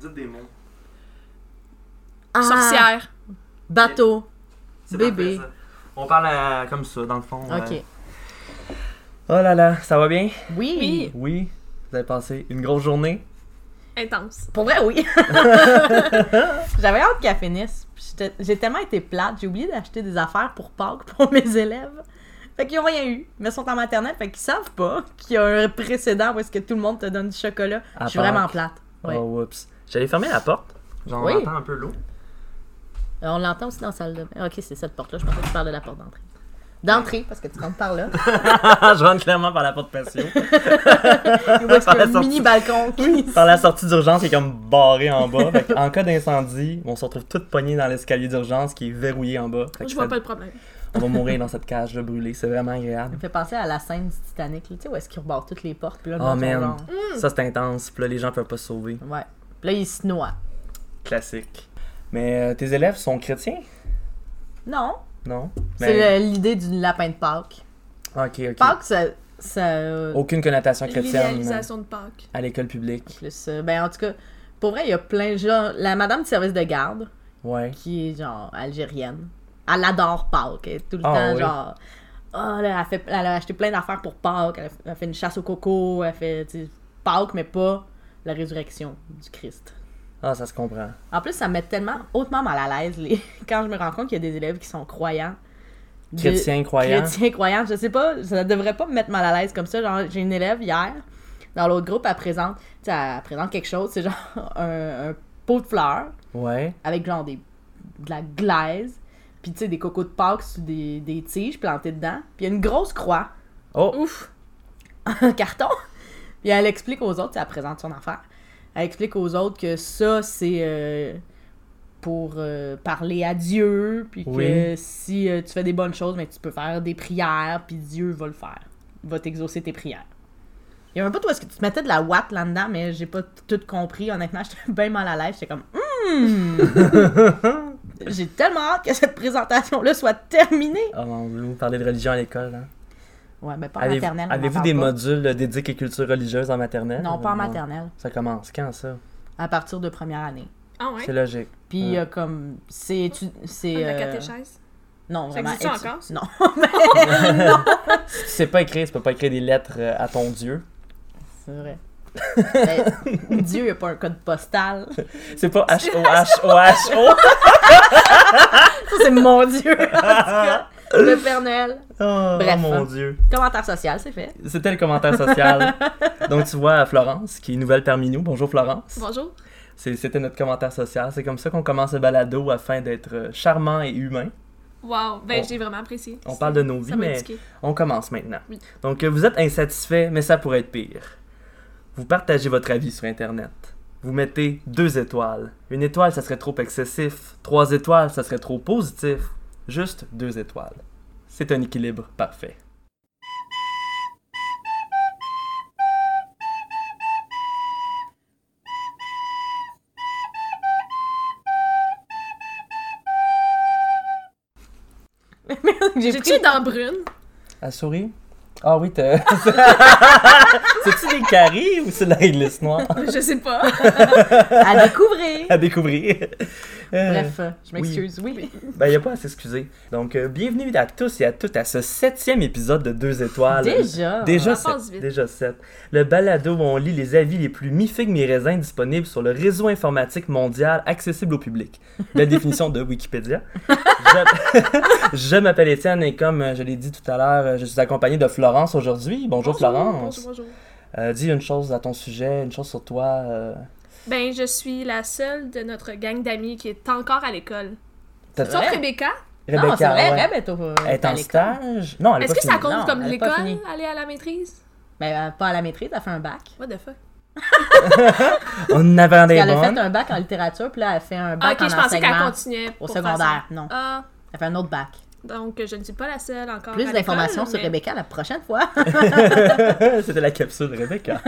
Dites des mots. Ah, Sorcière. Bateau. C'est Bébé. parfait, ça. On parle à- comme ça, dans le fond. Ok. euh. Oh là là, ça va bien? Oui. Oui. Oui. Vous avez passé une grosse journée? Intense. Pour vrai, oui. J'avais hâte qu'elle finisse. Puis j'étais- J'ai tellement été plate, j'ai oublié d'acheter des affaires pour Pâques pour mes élèves. Fait qu'ils ont rien eu, mais ils sont en maternelle, fait qu'ils savent pas qu'il y a un précédent où est-ce que tout le monde te donne du chocolat. À Je suis vraiment Pâques. plate. Ouais. Oh, oups. J'allais fermer la porte. J'en Oui. entends un peu l'eau. Euh, on l'entend aussi dans la salle de bain. Ok, c'est cette porte-là, je pensais que tu parlais de la porte d'entrée. D'entrée, parce que tu rentres par là. je rentre clairement par la porte patio. Et où est-ce Par qu'il y la a un sortie. mini balcon qui- Par la sortie d'urgence qui est comme barrée en bas. Fait que, en cas d'incendie, on se retrouve toutes poignées dans l'escalier d'urgence qui est verrouillé en bas. Fait que Je vois ça- pas le problème. On va mourir dans cette cage là brûlée. C'est vraiment agréable. Ça me fait penser à la scène du Titanic, là, tu sais, où est-ce qu'ils rebarrent toutes les portes, puis là, le Oh, monde sont man. genre- Ça, c'est intense. Puis là, les gens peuvent pas se sauver. Ouais. Puis là, ils se noient. Classique. Mais euh, tes élèves sont chrétiens? Non, Non? Mais- c'est le- l'idée du lapin de Pâques. Ok, Ben- ok. Oh. Pâques, ça. ça- euh, Aucune connotation chrétienne euh, L'idéalisation de Pâques. à l'école publique. plus, euh, ben, en tout cas, pour vrai, il y a plein de gens. La madame du service de garde, Ouais. qui est genre algérienne, elle adore Pâques. Elle est tout le Ah, temps, oui. genre. Ah, là, elle, fait, elle a acheté plein d'affaires pour Pâques. Elle a, elle fait une chasse au coco. Elle fait tu sais, Pâques, mais pas la résurrection du Christ. Ah, ça se comprend. En plus, ça me met tellement hautement mal à l'aise les... quand je me rends compte qu'il y a des élèves qui sont croyants. De- Chrétien, croyant. Chrétien croyant. Je sais pas, ça devrait pas me mettre mal à l'aise comme ça. Genre, j'ai une élève hier, dans l'autre groupe, elle présente, tu sais, elle présente quelque chose, c'est genre un, un pot de fleurs Ouais. avec genre des, de la glaise, puis tu sais, des cocos de Pâques sous des, des tiges plantées dedans, puis il y a une grosse croix Oh! Ouf. un carton. Puis elle explique aux autres, tu sais, elle présente son affaire. Elle explique aux autres que ça, c'est euh, pour euh, parler à Dieu, puis que Oui. si euh, tu fais des bonnes choses, mais tu peux faire des prières, puis Dieu va le faire. Il va t'exaucer tes prières. Il y a un bout où est-ce que tu te mettais de la ouate là-dedans, mais j'ai pas tout compris. Honnêtement, j'étais bien mal à l'aise. J'étais comme Hmm! J'ai tellement hâte que cette présentation-là soit terminée. Oh mon dieu, vous parlez de religion à l'école, hein? Ouais, mais pas en Avez- maternelle. on en Avez-vous parle des pas. modules euh, dédiés à culture religieuse en maternelle? Non, pas en Euh, maternelle. Ça commence quand ça? À partir de première année. Ah ouais. C'est logique. Puis il y a Ouais. comme c'est tu c'est La euh, catéchèse. non Ça vraiment existe étu- encore, ça? non Si tu sais pas écrire, tu peux pas écrire des lettres euh, à ton Dieu. c'est vrai Ben, Dieu il y a pas un code postal ça C'est pas H-O-H-O-H-O. c'est mon Dieu en tout cas le Père Noël Oh Bref. mon dieu. commentaire social c'est fait C'était le commentaire social. Donc tu vois Florence, qui est nouvelle parmi nous. Bonjour Florence. Bonjour. C'est- C'était notre commentaire social. C'est comme ça qu'on commence le balado afin d'être euh, charmant et humain. Wow. Ben, On- j'ai vraiment apprécié. On parle de nos vies, Ça m'a mais éduqué. on commence maintenant. Oui. Donc euh, vous êtes insatisfait, mais ça pourrait être pire. Vous partagez votre avis sur Internet. Vous mettez deux étoiles. Une étoile, ça serait trop excessif. Trois étoiles, ça serait trop positif. Juste deux étoiles. C'est un équilibre parfait. j'ai pris J'ai-tu dans brune? À souris? Ah oui, t'as... C'est-tu des caries ou c'est la glisse noire? Je sais pas. à découvrir À découvrir. Euh, bref euh, je m'excuse oui, Ben, y a pas à s'excuser. Donc, euh, bienvenue à tous et à toutes à ce septième épisode de Deux Étoiles. déjà Déjà Ça passe sept. vite. Déjà sept. Le balado où on lit les avis les plus mi-figues mi-raisins disponibles sur le réseau informatique mondial accessible au public. La définition de Wikipédia. Je, je m'appelle Étienne et comme euh, je l'ai dit tout à l'heure, euh, je suis accompagné de Florence aujourd'hui. Bonjour, Florence. Bonjour, bonjour. Euh, dis une chose à ton sujet, une chose sur toi. euh, Ben, je suis la seule de notre gang d'amis qui est encore à l'école. T'as- Sauf vrai? Rebecca. Rebecca, non c'est vrai Eh ouais. Reb est au- Elle ben, est est à en l'école. stage? Non, elle est Est-ce pas que ça finie. compte Non, comme elle a pas fini. l'école, aller à la maîtrise? ben euh, pas à la maîtrise elle fait un bac What the fuck? On avait des elle a bonnes. fait un bac en littérature puis là elle fait un Ah, bac ok, je en pensais qu'elle enseignement continuait. au pour faire ça. secondaire non Ah, elle fait un autre bac donc je ne suis pas la seule encore. à plus l'école, d'informations sur mais- Rebecca la prochaine fois C'était la capsule Rebecca.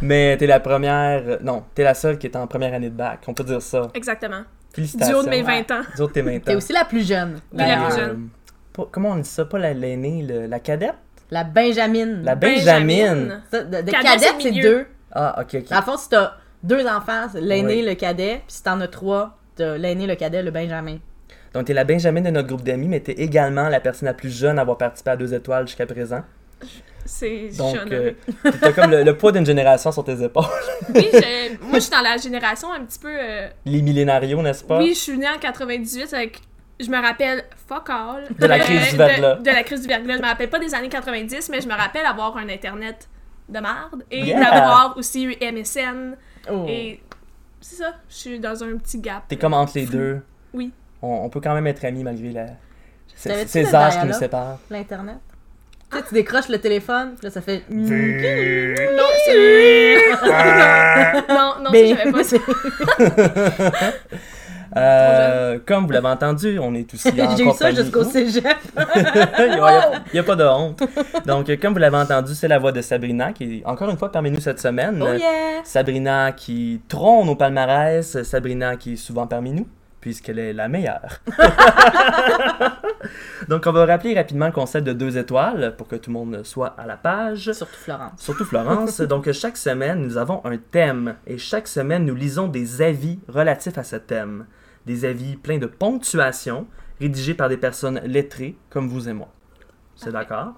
Mais t'es la première. Non, t'es la seule qui est en première année de bac. On peut dire ça. Exactement. Félicitations. Duo de mes 20 ans. Du haut de tes 20 ans. t'es aussi la plus jeune Ben, la Mais, plus d'ailleurs. jeune. euh, pas- comment on dit ça Pas la- l'aînée, le- la cadette La Benjamine. La Benjamine. Ça, de, de Cadette, cadette, c'est c'est milieu. deux. Ah, ok, ok. Dans le fond, si t'as deux enfants, l'aîné, Ouais. le cadet, puis si t'en as trois, t'as l'aîné, le cadet, le Benjamin. Donc, t'es la Benjamin de notre groupe d'amis, mais t'es également la personne la plus jeune à avoir participé à deux étoiles jusqu'à présent. C'est. je suis Donc, honorée. euh, t'as comme le, le poids d'une génération sur tes épaules. Oui, je- moi, je suis dans la génération un petit peu. euh, Les millénarios, n'est-ce pas? Oui, je suis née en 98 avec. Je me rappelle fuck all. De la Euh, crise du de- verglas. De, la crise du verglas. Je me rappelle pas des années 90, mais je me rappelle avoir un Internet de merde et Yeah. d'avoir aussi eu MSN. Oh. Et c'est ça, je suis dans un petit gap. T'es comme entre les deux. Oui. On, on peut quand même être amis malgré la... ces T'avais-tu ces le âges qui nous dialogue? séparent. L'Internet. Tu sais, tu décroches le téléphone, puis là, ça fait... Non, c'est... non, non, ça, Ben, j'avais pas ça. Euh, comme vous l'avez entendu, on est aussi en J'ai eu ça compagnie- jusqu'au cégep. il n'y a, il y a pas de honte. Donc, euh, comme vous l'avez entendu, c'est la voix de Sabrina qui est encore une fois parmi nous cette semaine. Oh yeah! Sabrina qui trône au palmarès, euh, Sabrina qui est souvent parmi nous, puisqu'elle est la meilleure. Donc, on va rappeler rapidement le concept de deux étoiles pour que tout le monde soit à la page. Surtout Florence. Surtout Florence. Donc, chaque semaine, nous avons un thème. Et chaque semaine, nous lisons des avis relatifs à ce thème. Des avis pleins de ponctuation, rédigés par des personnes lettrées, comme vous et moi. C'est d'accord?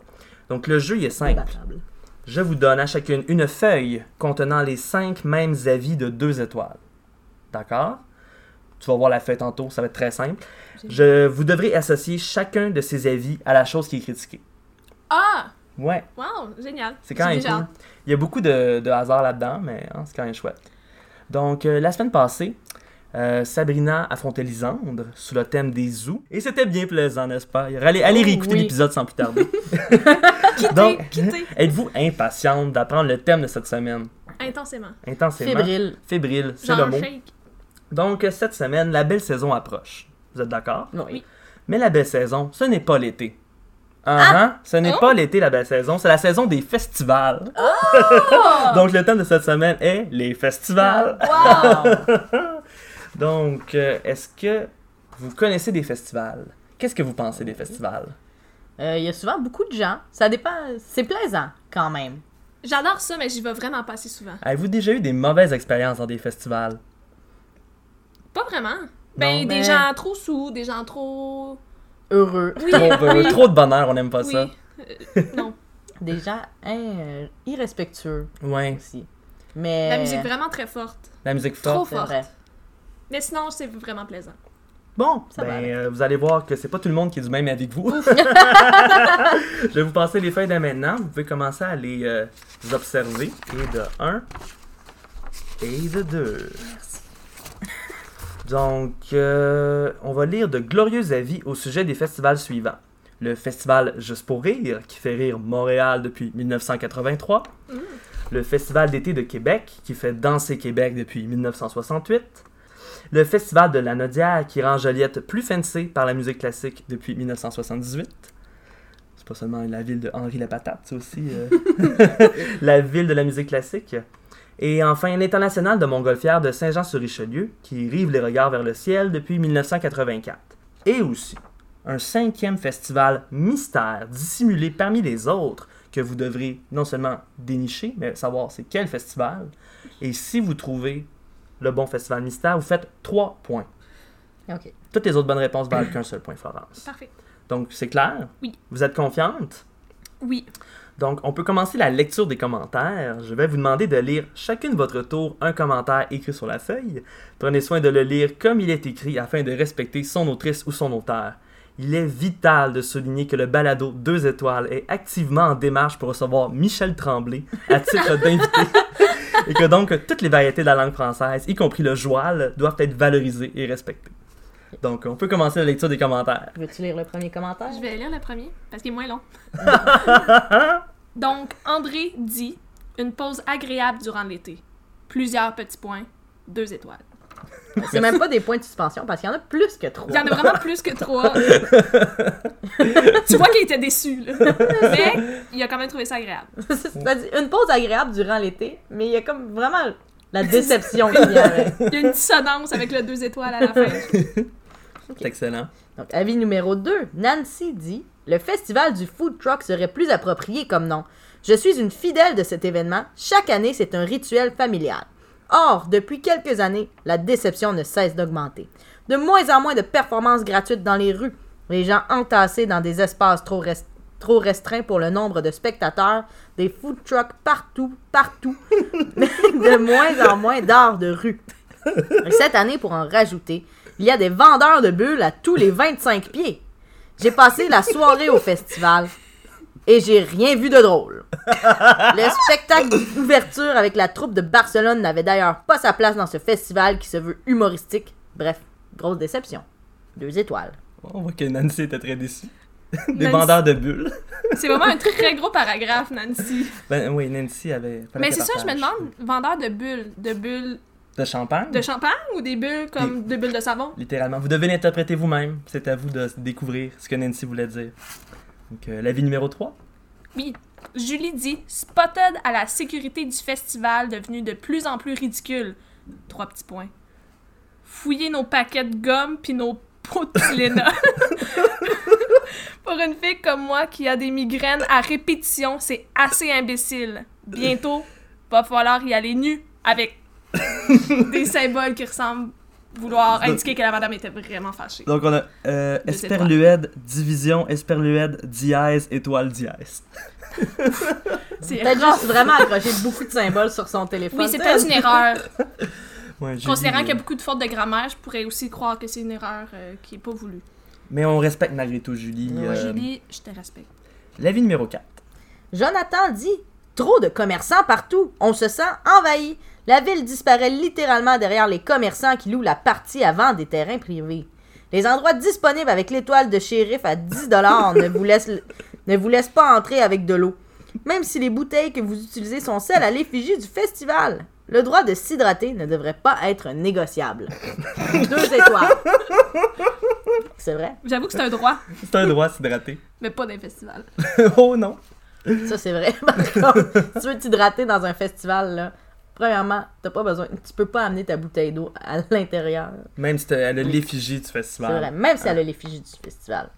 Donc, le jeu il est simple. Imbattable. Je vous donne à chacune une feuille contenant les cinq mêmes avis de deux étoiles. D'accord? Tu vas voir la feuille tantôt, ça va être très simple. Je, vous devrez associer chacun de ces avis à la chose qui est critiquée. Ah! Ouais. Wow, génial. C'est quand J'ai même déjà cool. hâte. Il y a beaucoup de, de hasard là-dedans, mais hein, c'est quand même chouette. Donc, euh, la semaine passée, euh, Sabrina affrontait Lisandre sous le thème des zoos. Et c'était bien plaisant, n'est-ce pas? Allez, allez Oh, réécouter oui. l'épisode sans plus tarder. Donc, Quittez, quittez. êtes-vous impatiente d'apprendre le thème de cette semaine? Intensément. Intensément. Fébrile. Fébrile, c'est le Genre mot. shake. Donc, euh, cette semaine, la belle saison approche. Vous êtes d'accord? Oui. Mais la belle saison, ce n'est pas l'été. Ah, ah, ce n'est Oh. pas l'été, la belle saison, c'est la saison des festivals. Oh! Donc, le thème de cette semaine est les festivals. Wow! Ah! Donc, euh, est-ce que vous connaissez des festivals? Qu'est-ce que vous pensez des festivals? Euh, Il y a souvent beaucoup de gens. Ça dépend. C'est plaisant, quand même. J'adore ça, mais j'y vais vraiment pas assez souvent. Avez-vous déjà eu des mauvaises expériences dans des festivals? Pas vraiment. Ben, Non, des mais- gens trop sous, des gens trop... Heureux. Oui, Trop, euh, trop de bonheur, on n'aime pas oui. ça. Euh, non, Des gens hein, euh, irrespectueux Ouais, aussi. Mais. la musique vraiment très forte. la musique forte. Trop c'est forte. vrai. Mais sinon, c'est vraiment plaisant. Bon, Ça va ben, aller. euh, vous allez voir que c'est pas tout le monde qui est du même avis que vous. Je vais vous passer les feuilles de maintenant. Vous pouvez commencer à les euh, observer. Et de 1 et de 2. Donc, euh, on va lire de glorieux avis au sujet des festivals suivants. Le festival Juste pour rire, qui fait rire Montréal depuis 1983. Mmh. Le festival d'été de Québec, qui fait danser Québec depuis 1968. Le festival de la Nodière qui rend Joliette plus fencée par la musique classique depuis 1978. C'est pas seulement la ville de Henri la Patate, c'est aussi euh, la ville de la musique classique. Et enfin, l'international de Montgolfière de Saint-Jean-sur-Richelieu qui rive les regards vers le ciel depuis 1984. Et aussi, un cinquième festival mystère dissimulé parmi les autres que vous devrez non seulement dénicher, mais savoir c'est quel festival. Et si vous trouvez le bon festival mystère, vous faites 3 points. Ok. Toutes les autres bonnes réponses valent qu'un seul point, Florence. Parfait. Donc, c'est clair? Oui. Vous êtes confiante? Oui. Donc, on peut commencer la lecture des commentaires. Je vais vous demander de lire chacune votre tour un commentaire écrit sur la feuille. Prenez soin de le lire comme il est écrit afin de respecter son autrice ou son auteur. Il est vital de souligner que le balado 2 étoiles est activement en démarche pour recevoir Michel Tremblay à titre d'invité et que donc toutes les variétés de la langue française, y compris le joual, doivent être valorisées et respectées. Donc, on peut commencer la lecture des commentaires. Veux-tu lire le premier commentaire? Je vais lire le premier, parce qu'il est moins long. Donc, André dit une pause agréable durant l'été. Plusieurs petits points, deux étoiles. C'est même pas des points de suspension parce qu'il y en a plus que trois. Il y en a vraiment plus que trois. tu vois qu'il était déçu, là. Mais il a quand même trouvé ça agréable. C'est-à-dire une pause agréable durant l'été, mais il y a comme vraiment la déception qui vient avec. Il y a une dissonance avec le deux étoiles à la fin. C'est excellent. Donc, avis numéro 2. Nancy dit Le festival du food truck serait plus approprié comme nom. Je suis une fidèle de cet événement. Chaque année, c'est un rituel familial. Or, depuis quelques années, la déception ne cesse d'augmenter. De moins en moins de performances gratuites dans les rues, les gens entassés dans des espaces trop, rest- trop restreints pour le nombre de spectateurs, des food trucks partout, partout, mais de moins en moins d'art de rue. Et Cette année, pour en rajouter, il y a des vendeurs de bulles à tous les 25 pieds. J'ai passé la soirée au festival et j'ai rien vu de drôle. Le spectacle d'ouverture avec la troupe de Barcelone n'avait d'ailleurs pas sa place dans ce festival qui se veut humoristique. Bref, grosse déception. Deux étoiles. On voit que Nancy était très déçue. Des Nancy- vendeurs de bulles. C'est vraiment un très gros paragraphe, Nancy. Ben oui, Nancy avait. fallait Mais qu'elle c'est ça, je me partage. demande, vendeur de bulles, de bulles De champagne de champagne ou des bulles comme des bulles de savon? Littéralement. Vous devez l'interpréter vous-même. C'est à vous de découvrir ce que Nancy voulait dire. Donc, euh, l'avis numéro 3. Oui. Julie dit Spotted à la sécurité du festival devenu de plus en plus ridicule. Trois petits points. Fouiller nos paquets de gomme puis nos pots de Tylenol. Pour une fille comme moi qui a des migraines à répétition, c'est assez imbécile. Bientôt, va falloir y aller nu avec des symboles qui ressemblent vouloir indiquer que la madame était vraiment fâchée. Donc, on a euh, Deux Esperluède, division, Esperluède, dièse, étoile, dièse. C'est Peut-être juste vraiment accroché beaucoup de symboles sur son téléphone. Oui, c'est peut-être une erreur. Ouais, Julie, Considérant qu'il y a euh, beaucoup de fautes de grammaire, je pourrais aussi croire que c'est une erreur euh, qui n'est pas voulue. Mais on respecte malgré tout Julie. Ouais, euh, Julie, je te respecte. L'avis numéro 4. Jonathan dit Trop de commerçants partout. On se sent envahi. La ville disparaît littéralement derrière les commerçants qui louent la partie avant des terrains privés. Les endroits disponibles avec l'étoile de shérif à 10 ne vous laissent ne vous laissent pas entrer avec de l'eau. Même si les bouteilles que vous utilisez sont celles à l'effigie du festival. Le droit de s'hydrater ne devrait pas être négociable. Deux étoiles. C'est vrai. J'avoue que c'est un droit, C'est un droit à s'hydrater. mais pas d'un festival. oh non. Ça, c'est vrai. Par contre, si tu veux t'hydrater dans un festival, là, premièrement, t'as pas besoin. Tu peux pas amener ta bouteille d'eau à l'intérieur. Même si t'as- elle a l'effigie du C'est festival. vrai. Même si elle a l'effigie du festival.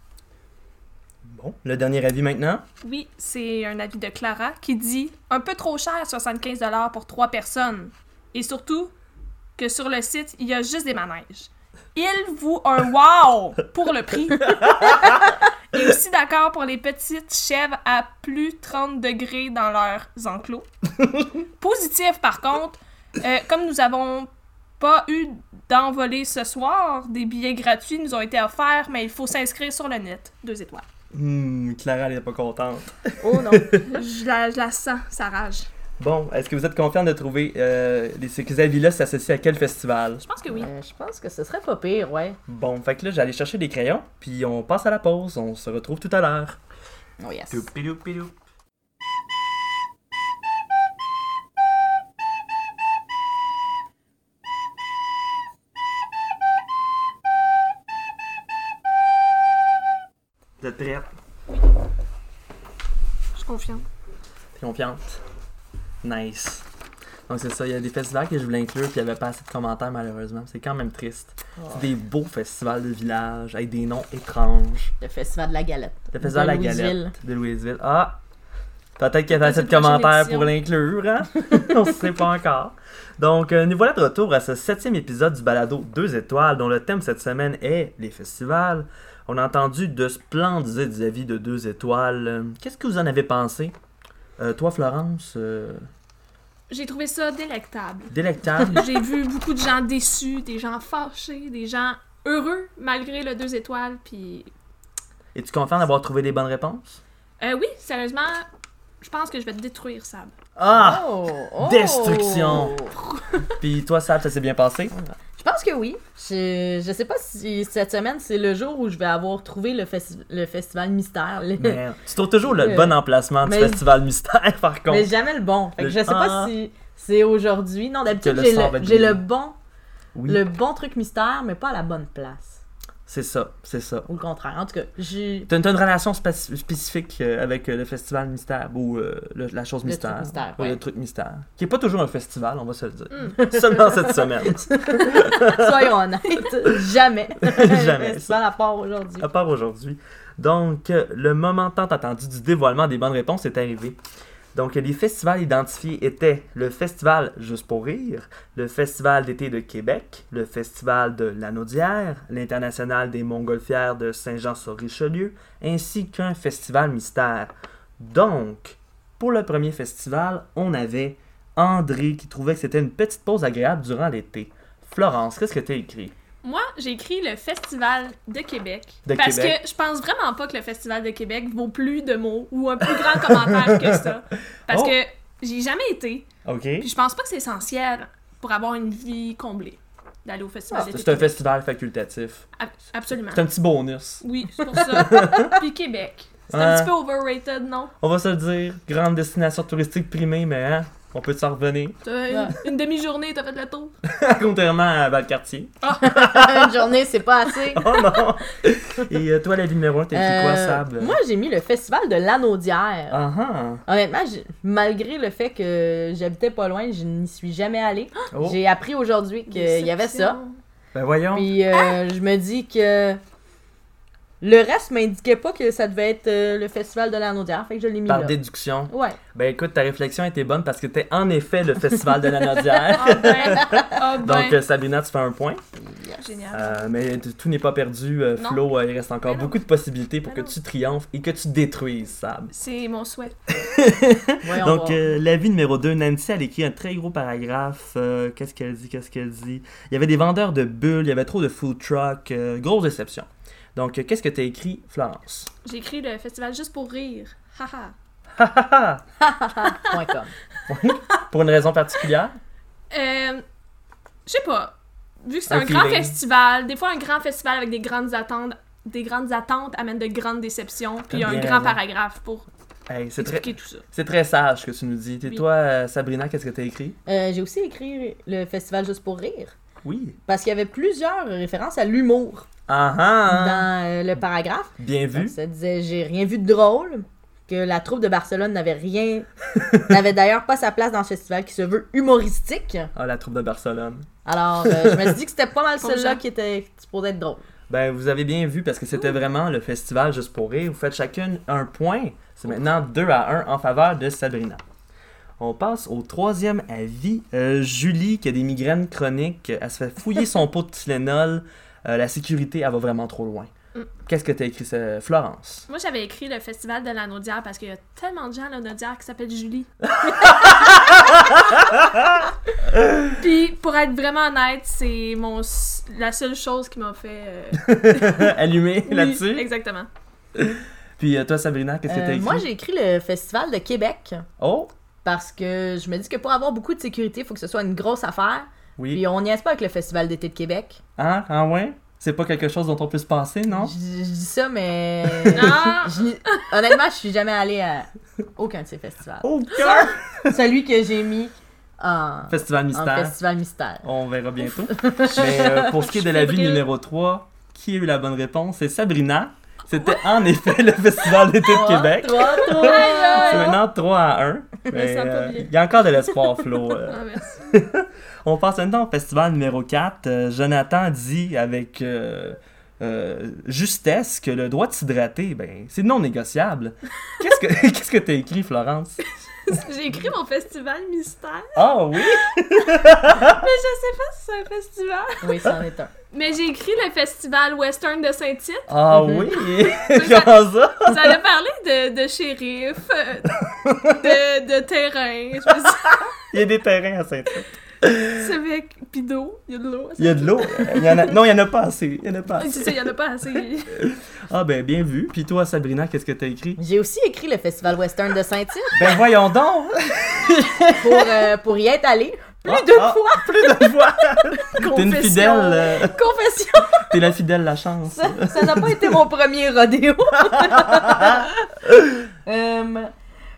Bon, le dernier avis maintenant. Oui, c'est un avis de Clara qui dit un peu trop cher 75$ pour trois personnes. Et surtout que sur le site, il y a juste des manèges. Il vous un wow pour le prix. Et aussi d'accord pour les petites chèvres à plus 30 degrés dans leurs enclos. Positif par contre, euh, comme nous avons pas eu d'envolée ce soir, des billets gratuits nous ont été offerts, mais il faut s'inscrire sur le net. Deux étoiles. Hmm, Clara, elle est pas contente. Oh non. Je la, je la sens, sa rage. Bon, est-ce que vous êtes confiant de trouver euh, les- ces avis-là s'associent à quel festival? Je pense que oui. Euh, je pense que ce serait pas pire, ouais. Bon, fait que là, j'allais chercher des crayons, puis on passe à la pause. On se retrouve tout à l'heure. Oh yes. Toupidou-pidou. Vous êtes prête? Je confirme. T'es confiante? Nice. Donc, c'est ça. Il y a des festivals que je voulais inclure, puis il n'y avait pas assez de commentaires, malheureusement. C'est quand même triste. C'est des beaux festivals de village, avec des noms étranges. Le festival de la galette. Le festival De de la Louisville. galette de Louisville. Ah! Peut-être qu'il y a Peut-être assez de une prochaine commentaires édition. pour l'inclure, hein? On ne sait pas encore. Donc, euh, nous voilà de retour à ce septième épisode du balado 2 étoiles, dont le thème cette semaine est les festivals. On a entendu de splendides avis de 2 étoiles. Euh, Qu'est-ce que vous en avez pensé? Euh, toi, Florence, euh, J'ai trouvé ça délectable. délectable. J'ai vu beaucoup de gens déçus, des gens fâchés, des gens heureux malgré le deux étoiles. Puis, Es-tu confiant d'avoir trouvé des bonnes réponses? Euh, oui, sérieusement, je pense que je vais te détruire, Sab. Ah! Oh, oh. Destruction. Puis toi, Sab, ça s'est bien passé? Je pense que oui. Je, je sais pas si cette semaine, c'est le jour où je vais avoir trouvé le, festi- le festival mystère. Le- Merde. Tu trouves toujours le Euh, bon emplacement du mais- festival mystère, par contre. Mais jamais le bon. Fait que Le- je sais Ah. pas si c'est aujourd'hui. Non, d'habitude, Que le j'ai sang va le, te j'ai brûler. le bon Oui, le bon truc mystère, mais pas à la bonne place. c'est ça, c'est ça. Ou le contraire. En tout cas, j'ai T'as t'as une relation spéc- spécifique euh, avec euh, le festival mystère ou euh, le- la chose Le mystère. truc mystère, Ou ouais. le truc mystère. Qui est pas toujours un festival, on va se le dire. Hmm. Seulement cette semaine. Soyons honnêtes, jamais. Jamais, C'est pas la part aujourd'hui. À part aujourd'hui. Donc, euh, le moment tant attendu du dévoilement des bonnes réponses est arrivé. Donc, les festivals identifiés étaient le Festival Juste pour rire, le Festival d'été de Québec, le Festival de Lanaudière, l'International des Montgolfières de Saint-Jean-sur-Richelieu, ainsi qu'un Festival Mystère. Donc, pour le premier festival, on avait André qui trouvait que c'était une petite pause agréable durant l'été. Florence, qu'est-ce que t'as écrit? Moi, j'ai écrit le Festival de Québec. De parce Québec. que je pense vraiment pas que le Festival de Québec vaut plus de mots ou un plus grand commentaire que ça. Parce Oh. que j'y ai jamais été. OK. Puis je pense pas que c'est essentiel pour avoir une vie comblée d'aller au Festival de Ah, C'est un Québec. festival facultatif. Ab- Absolument. C'est un petit bonus. Oui, c'est pour ça. Puis Québec. C'est un Ouais. petit peu overrated, non? On va se le dire, grande destination touristique primée, mais hein, on peut s'en revenir. T'as une, une demi-journée, t'as fait le tour. Contrairement à Valcartier. Ah. Une journée, c'est pas assez. Oh non! Et euh, toi, la vie numéro 1, t'as écrit quoi, Euh, Sable? Moi, j'ai mis le festival de l'anneau d'hier. Ah ah! Honnêtement, j'ai- malgré le fait que j'habitais pas loin, je n'y suis jamais allée. Oh. J'ai appris aujourd'hui qu'il y avait ça. Ben voyons! Puis euh, je me dis que le reste m'indiquait pas que ça devait être euh, le festival de l'anneau d'hier, fait que je l'ai mis Par là. déduction. Ouais. Ben écoute, ta réflexion était bonne parce que t'es en effet le festival de la Nodière. Ah ben, ah ben. Donc, euh, Sabrina, tu fais un point. Génial. Euh, mais t- tout n'est pas perdu, euh, Non. Flo. euh, il reste encore Mais non. beaucoup de possibilités pour Mais que non. tu triomphes et que tu détruises, Sable. C'est mon souhait. Voyons Donc, voir. euh, l'avis numéro 2, Nancy, elle écrit un très gros paragraphe. euh, qu'est-ce qu'elle dit, qu'est-ce qu'elle dit? Il y avait des vendeurs de bulles, il y avait trop de food truck. euh, grosse déception. Donc, euh, qu'est-ce que t'as écrit, Florence? J'ai écrit le festival juste pour rire. Haha. Point com. Pour une raison particulière? Euh, je sais pas. Vu que c'est Un un, grand feeling. festival, des fois un grand festival avec des grandes attentes, des grandes attentes amène de grandes déceptions, puis il y a un bien grand raison. paragraphe pour Hey, c'est très, expliquer tout ça. c'est très sage ce que tu nous dis. Et Oui. toi, euh, Sabrina, qu'est-ce que t'as écrit? Euh, j'ai aussi écrit le festival juste pour rire. Oui. Parce qu'il y avait plusieurs références à l'humour Ah ah! dans euh, le paragraphe. Bien vu. Ça disait j'ai rien vu de drôle, que la troupe de Barcelone n'avait rien, n'avait d'ailleurs pas sa place dans ce festival qui se veut humoristique. Ah, la troupe de Barcelone. Alors, euh, je me suis dit que c'était pas mal Pour celui-là Jean. qui était supposé être drôle. Ben, vous avez bien vu parce que c'était vraiment le festival juste pour rire. Vous faites chacune un point. C'est maintenant 2 à 1 en faveur de Sabrina. On passe au troisième avis. Euh, Julie, qui a des migraines chroniques, elle se fait fouiller son pot de Tylenol. Euh, la sécurité, elle va vraiment trop loin. Mm. Qu'est-ce que t'as écrit, ça, Florence? Moi, j'avais écrit le festival de la Naudière parce qu'il y a tellement de gens à la Naudière qui s'appellent Julie. Puis, pour être vraiment honnête, c'est mon s- la seule chose qui m'a fait. euh, Allumée oui, là-dessus. Exactement. Puis euh, toi, Sabrina, qu'est-ce que Euh, t'as écrit? moi, j'ai écrit le festival de Québec Oh, parce que je me dis que pour avoir beaucoup de sécurité, il faut que ce soit une grosse affaire. oui. Puis on n'y pas avec le festival d'été de Québec. Hein? Ah ouais? C'est pas quelque chose dont on peut se passer, non? Je, je dis ça, mais Ah! je n'y- honnêtement, je suis jamais allée à aucun de ces festivals. Oh, cœur! Celui que j'ai mis en, Festival en mystère. festival mystère. On verra bientôt. Mais euh, pour ce qui est de la vie fébrile. numéro 3, qui a eu la bonne réponse C'est Sabrina. C'était en effet le Festival d'été de Québec. Trois, trois. C'est maintenant 3 à 1. Mais, ça a pas euh, bien. Il y a encore de l'espoir, Flo. Euh, Ah, merci. on passe maintenant au festival numéro 4. Euh, Jonathan dit avec euh, euh, justesse que le droit de s'hydrater, ben, c'est non négociable. Qu'est-ce que qu'est-ce que t'as écrit, Florence? J'ai écrit mon festival mystère. Ah oui! Mais je sais pas si c'est un festival. Oui, c'en est un. Mais j'ai écrit le festival western de Saint-Tite. Ah Mhm. oui! Comment ça? Vous allez parler de, de shérif, euh, de, de terrain. Je me suis Il y a des terrains à saint dit, avec pis d'eau. Il y a de l'eau. Il y a de l'eau. Il y en a- Non, il n'y en a pas assez. Il y en a pas C'est assez. ça, il y en a pas assez. Ah ben, bien vu. Puis toi, Sabrina, qu'est-ce que t'as écrit? J'ai aussi écrit le festival western de Saint-Tite Ben voyons donc! pour, euh, pour y être allée plus Ah, de ah, fois. Plus de fois! T'es une Confession. fidèle. euh, Confession, T'es la fidèle, la chance. ça ça n'a pas été mon premier rodéo. Euh,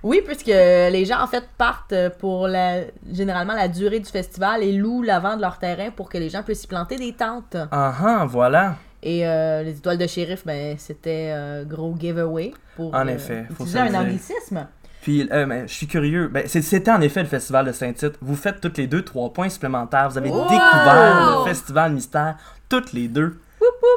oui, puisque les gens en fait partent pour la, généralement la durée du festival et louent l'avant de leur terrain pour que les gens puissent y planter des tentes. Ah ah, voilà. Et euh, les étoiles de shérif, ben, c'était euh, gros giveaway pour euh, En effet, faut se utiliser un le dire. anglicisme. Puis, euh, ben, je suis curieux. Ben, c'est- c'était en effet le festival de Saint-Tite. Vous faites toutes les deux trois points supplémentaires. Vous avez Wow! découvert le festival mystère, toutes les deux.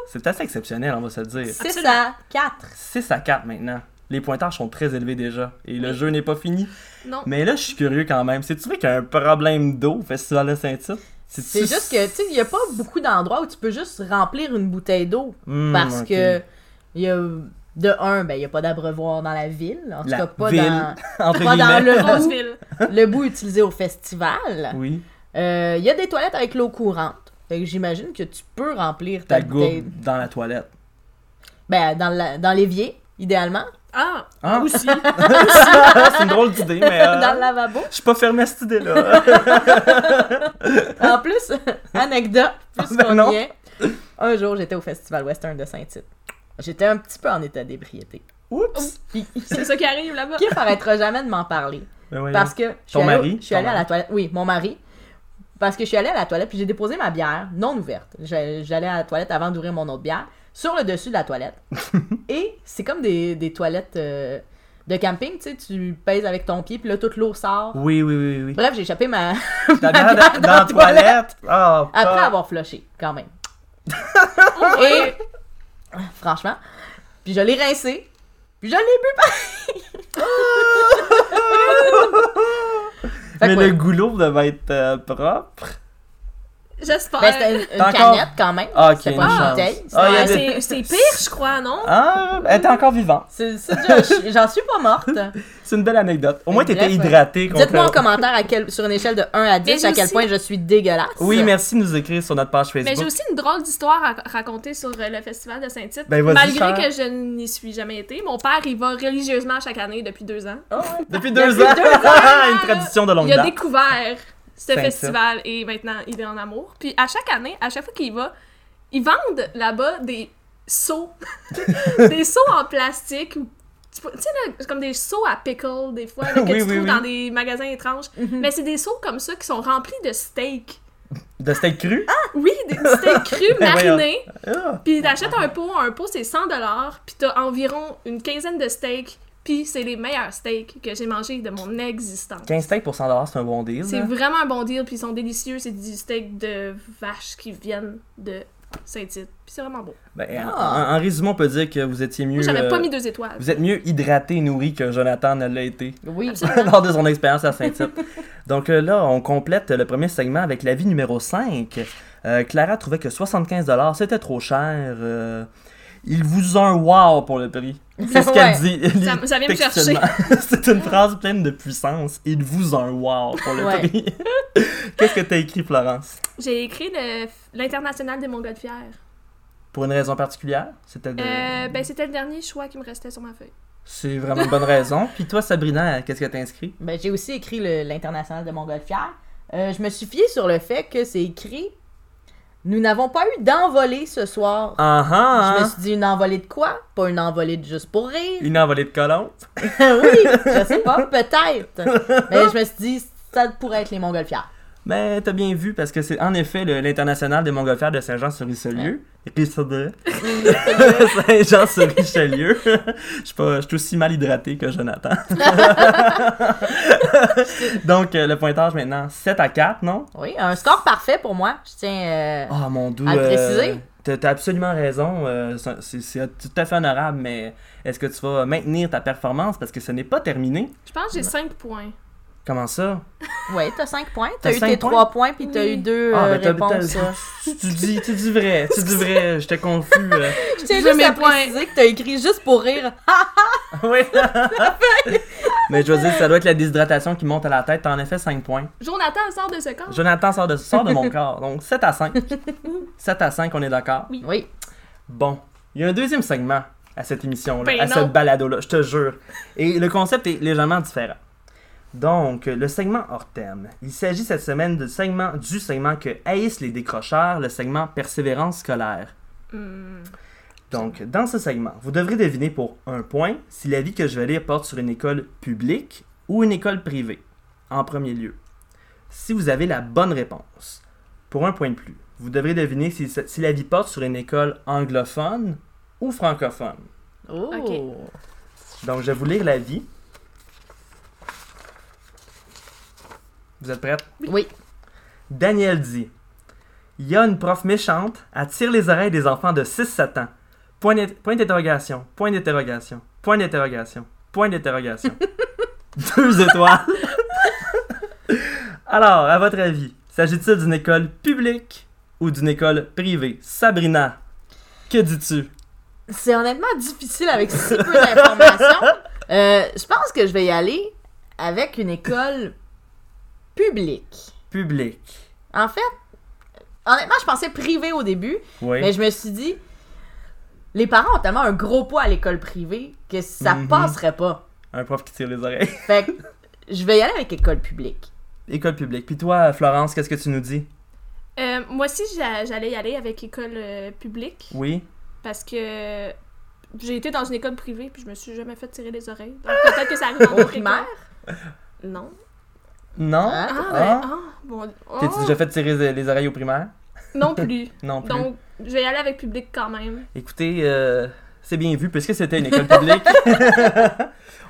C'est assez exceptionnel, on va se le dire. 6 à 4. 6 à 4 maintenant. les pointages sont très élevés déjà. Et le jeu n'est pas fini. Non. Mais là, je suis curieux quand même. C'est-tu vrai qu'il y a un problème d'eau au Festival de Saint-Tite? C'est juste que, tu sais, il n'y a pas beaucoup d'endroits où tu peux juste remplir une bouteille d'eau. Hmm, Parce que, il y a, de un, ben, il n'y a pas d'abreuvoir dans la ville. En tout La cas, pas ville. dans que... Entre pas dans guillemets. le- Grosse ville. le bout utilisé au festival. Oui. Euh, Il y a des toilettes avec l'eau courante. Fait que j'imagine que tu peux remplir ta Ta bouteille. gourde dans la toilette. Ben, dans la- dans l'évier, idéalement. Ah, Hein? aussi. c'est une drôle d'idée, mais... euh, dans le lavabo. Je suis pas fermé à cette idée-là. En plus, anecdote, plus Ben qu'on non. y est, un jour j'étais au Festival Western de Saint-Tite. J'étais un petit peu en état d'ébriété. Oups! Puis, C'est ça qui arrive là-bas. Qui arrêtera jamais de m'en parler. Ben voyons. Parce que je suis Ton allée, mari? je suis Ton allée à la mari. toilette. Oui, mon mari. Parce que je suis allée à la toilette, puis j'ai déposé ma bière non ouverte. Je- J'allais à la toilette avant d'ouvrir mon autre bière, sur le dessus de la toilette. Et c'est comme des, des toilettes euh, de camping, tu sais, tu pèses avec ton pied, puis là, toute l'eau sort. Oui, oui, oui, oui. Bref, j'ai échappé ma. T'as bien dans, bière dans dans la la toilette! Ah, Après pas- avoir flushé, quand même. Et. Franchement. Puis je l'ai rincé. Puis je l'ai bu par. Mais le goulot devait être euh, propre. J'espère. Ben, c'était une, une T'as encore- canette quand même. Ah, ok, C'était pas une une chance. bouteille. Ah, il y a Ouais, des- c'est- c'est pire, je crois, non? Ah, elle était encore vivante. C'est- c'est déjà- J'en suis pas morte. C'est une belle anecdote. Au moins, Bref, t'étais ouais. hydraté. Dites-moi en contrairement- commentaire à quel, sur une échelle de 1 à 10 j'ai à quel aussi- point je suis dégueulasse. Oui, merci de nous écrire sur notre page Mais j'ai Facebook. aussi une drôle d'histoire à raconter sur euh, le festival de Saint-Tite. Ben, vas-y, Malgré Sarah. que je n'y suis jamais été, mon père y va religieusement chaque année depuis deux ans. Depuis deux Depuis ans, deux une tradition de longue Il a date. découvert ce Saint-Tite. festival et maintenant il est en amour. Puis à chaque année, à chaque fois qu'il y va, ils vendent là-bas des seaux. des seaux en plastique. ou- Tu sais, là, c'est comme des seaux à pickle, des fois, là, que Oui, tu oui, Mhm. trouves oui. dans des magasins étranges. Mais c'est des seaux comme ça qui sont remplis de steak. De steak cru? Oui, des du steak cru Ben voyons. mariné. Ah. Puis t'achètes un pot, un pot c'est 100 dollars, puis t'as environ une quinzaine de steaks, puis c'est les meilleurs steaks que j'ai mangés de mon existence. 15 steaks pour 100$, c'est un bon deal. hein. C'est là. vraiment un bon deal, puis ils sont délicieux, c'est du steak de vache qui viennent de Saint-Tite, puis c'est vraiment beau. Ben, en- Ah. en, en résumé, on peut dire que vous étiez mieux. Moi, j'avais pas euh, mis deux étoiles. Vous êtes mieux hydraté et nourri que Jonathan ne l'a été Oui. lors de son expérience à Saint-Tite. Donc euh, là, on complète le premier segment avec l'avis numéro 5. Euh, Clara trouvait que 75$, c'était trop cher. Euh, il vous a un wow pour le prix. C'est ce qu'elle Ouais. dit. Ça- ça vient me chercher. textuellement. C'est une phrase pleine de puissance. Il vous a un wow pour le Ouais. prix. Qu'est-ce que t'as écrit, Florence? J'ai écrit le- l'International des Montgolfières. Pour une raison particulière? C'était de... Euh, ben, c'était le dernier choix qui me restait sur ma feuille. C'est vraiment une bonne raison. Puis toi, Sabrina, qu'est-ce que t'as inscrit? Ben, j'ai aussi écrit le- l'international de Montgolfière. Euh, je me suis fiée sur le fait que c'est écrit Nous n'avons pas eu d'envolée ce soir. Ah ah! Je me suis dit une envolée de quoi Pas une envolée de juste pour rire. Une envolée de colons. oui, je sais pas, peut-être. Mais je me suis dit ça pourrait être les Montgolfières. Mais t'as bien vu, parce que c'est en effet le- l'international des montgolfières de Saint-Jean-sur-Richelieu. Richelieu. Saint-Jean-sur-Richelieu. Je suis pas- je suis aussi mal hydraté que Jonathan. Donc, euh, le pointage maintenant, 7 à 4, non? Oui, un score parfait pour moi. Je tiens. euh, Ah mon dieu. À le euh, préciser. t'as- T'as absolument raison. euh, c'est- c'est c'est tout à fait honorable, mais est-ce que tu vas maintenir ta performance parce que ce n'est pas terminé? Je pense que j'ai 5 points. Comment ça? Ouais, t'as cinq points. Oh. T'as T'as eu cinq tes points? trois points, puis t'as Oui. eu deux Ah, euh, ben, t'as- t'as- réponses. euh. Tu, tu dis, tu dis vrai, tu dis vrai, j'étais confus. euh. Je tiens Je juste mets à point. préciser que t'as écrit juste pour rire. Oui. Mais je veux dire, ça doit être la déshydratation qui monte à la tête. T'en as fait 5 points. Jonathan sort de ce camp. Jonathan sort de, sort de mon corps. Donc 7 à 5. 7 à 5, on est d'accord. Oui. Bon, il y a un deuxième segment à cette émission-là, Ben à non. ce balado-là, je te jure. Et le concept est légèrement différent. Donc, le segment hors thème. Il s'agit cette semaine du segment, du segment que haïssent les décrocheurs, le segment persévérance scolaire. Hmm. Donc, dans ce segment, vous devrez deviner pour un point si l'avis que je vais lire porte sur une école publique ou une école privée, en premier lieu. Si vous avez la bonne réponse, pour un point de plus, vous devrez deviner si, si l'avis porte sur une école anglophone ou francophone. Oh. Ok. Donc, je vais vous lire l'avis. Vous êtes prête? Oui. Daniel dit Il y a une prof méchante, elle tire les oreilles des enfants de 6-7 ans. Point d'int- point d'interrogation. Point d'interrogation. Point d'interrogation. Point d'interrogation. Deux étoiles. Alors, à votre avis, s'agit-il d'une école publique ou d'une école privée? Sabrina, que dis-tu? C'est honnêtement difficile avec si peu d'informations. Euh, je pense que je vais y aller avec une école publique. Publique. En fait, honnêtement, je pensais privée au début, Oui. mais je me suis dit, les parents ont tellement un gros poids à l'école privée que ça Mhm. passerait pas. Un prof qui tire les oreilles. Fait que je vais y aller avec école publique. École publique. Puis toi, Florence, qu'est-ce que tu nous dis? Euh, moi aussi, j'a- j'allais y aller avec école euh, publique Oui. parce que j'ai été dans une école privée puis je me suis jamais fait tirer les oreilles. Donc, peut-être que ça arrive en Au autre primaire? école. Non. Non? Hein? Ah, Ah. ben, ah, bon. oh, T'es-tu déjà fait tirer les- les oreilles aux primaires? Non plus. Non plus. Donc, je vais y aller avec public quand même. Écoutez, euh, c'est bien vu puisque c'était une école publique.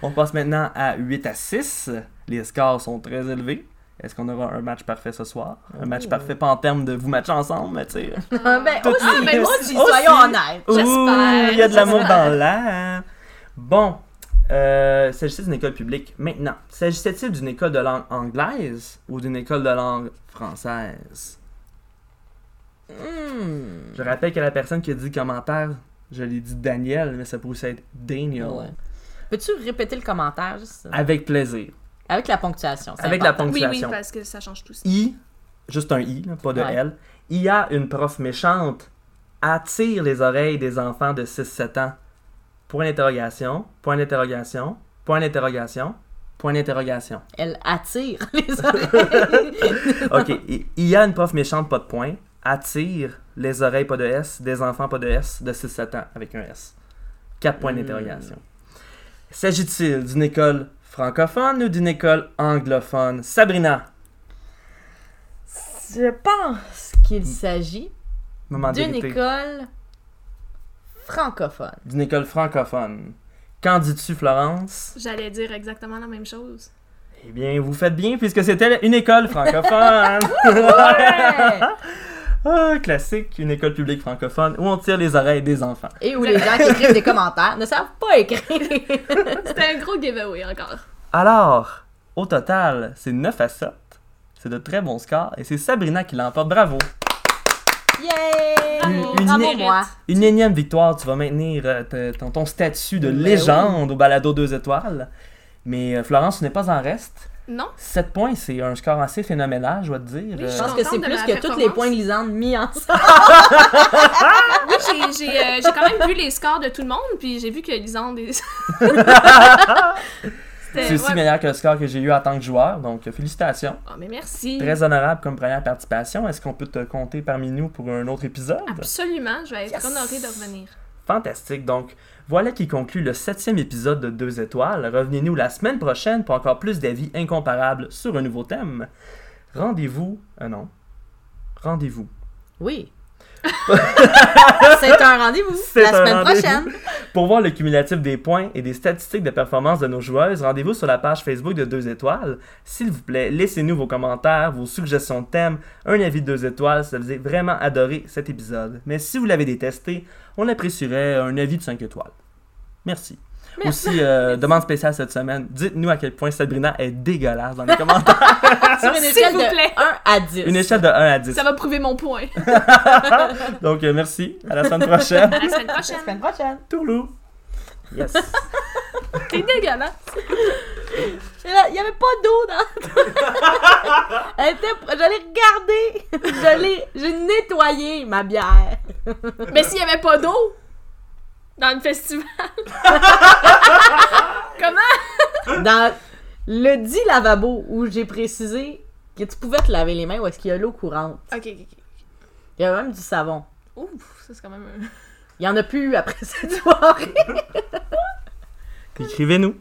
On passe maintenant à 8 à 6. Les scores sont très élevés. Est-ce qu'on aura un match parfait ce soir? Un match Oh. parfait, pas en termes de vous matcher ensemble, mais tu sais. ben, Toutes aussi, les- ben, moi aussi, aussi. soyons honnêtes. Ouh, J'espère, Il y a de l'amour j'espère. dans l'air. Bon, euh, s'agissait d'une école publique. Maintenant, s'agissait-il d'une école de langue anglaise ou d'une école de langue française? Hmm. Je rappelle que la personne qui a dit commentaire, je l'ai dit Daniel, mais ça pourrait aussi être Daniel. Ouais. Peux-tu répéter le commentaire juste Avec plaisir. avec la ponctuation c'est Avec la important. Oui, oui, ponctuation. parce que ça change tout ça. I, juste un I, là, pas de Ouais. L. Il y a une prof méchante attire les oreilles des enfants de 6-7 ans. Point d'interrogation, point d'interrogation, point d'interrogation, point d'interrogation. Elle attire les oreilles. OK. Il il y a une prof méchante, pas de point, attire les oreilles, pas de S, des enfants, pas de S, de 6-7 ans, avec un S. Quatre points Hmm. d'interrogation. S'agit-il d'une école francophone ou d'une école anglophone? Sabrina, Je pense qu'il s'agit moment d'une vérité. école francophone. d'une école francophone. Qu'en dis-tu, Florence? J'allais dire exactement la même chose. Eh bien, vous faites bien puisque c'était une école francophone. ah, classique, une école publique francophone où on tire les oreilles des enfants. Et où les gens qui écrivent des commentaires ne savent pas écrire. C'était un gros giveaway encore. Alors, au total, c'est 9 à 7. C'est de très bons scores et c'est Sabrina qui l'emporte. Bravo! Yay! Une- une Bravo, mérite. moi. Une énième victoire, tu vas maintenir euh, ta- ton, ton statut de Ben légende au balado 2 étoiles. Mais euh, Florence, tu n'es pas en reste. Non? 7 points, c'est un score assez phénoménal, je dois te dire. Oui, Euh, Je suis pense que c'est contente de plus ma que tous les performance. points de Lisande mis ensemble. Oui, j'ai- j'ai euh, j'ai quand même vu les scores de tout le monde, puis j'ai vu que Lisande est... C'est C'était... aussi ouais. meilleur que le score que j'ai eu en tant que joueur, donc euh, félicitations. Ah, mais merci. Très honorable comme première participation. Est-ce qu'on peut te compter parmi nous pour un autre épisode? Absolument, je vais être Yes. honorée de revenir. Fantastique. Donc, voilà qui conclut le septième épisode de Deux étoiles. Revenez-nous la semaine prochaine pour encore plus d'avis incomparables sur un nouveau thème. Rendez-vous... Ah non. Rendez-vous. Oui. c'est un rendez-vous C'est la un semaine rendez-vous. prochaine. Pour voir le cumulatif des points et des statistiques de performance de nos joueuses, rendez-vous sur la page Facebook de 2 étoiles. S'il vous plaît, laissez-nous vos commentaires, vos suggestions de thèmes, un avis de 2 étoiles, ça faisait vraiment adorer cet épisode. Mais si vous l'avez détesté, on apprécierait un avis de 5 étoiles. Merci. Aussi, euh, demande spéciale cette semaine, dites-nous à quel point Sabrina est dégueulasse dans les commentaires. Sur une S'il échelle vous plaît. de 1 à 10. Une échelle de 1 à 10. Ça va prouver mon point. Donc, euh, merci. À la semaine prochaine. À la semaine La prochaine. semaine prochaine. Tourlou. Yes. T'es dégueulasse. Et là, Il n'y avait pas d'eau dans Elle était... Je l'ai regardée. Je l'ai... J'ai nettoyé ma bière. Mais s'il n'y avait pas d'eau dans le festival... Comment? Dans le dit lavabo où j'ai précisé que tu pouvais te laver les mains où est-ce qu'il y a l'eau courante. Ok, ok, ok. Il y a même du savon. Ouf, ça c'est quand même un... Il y en a plus eu après cette soirée. Écrivez-nous.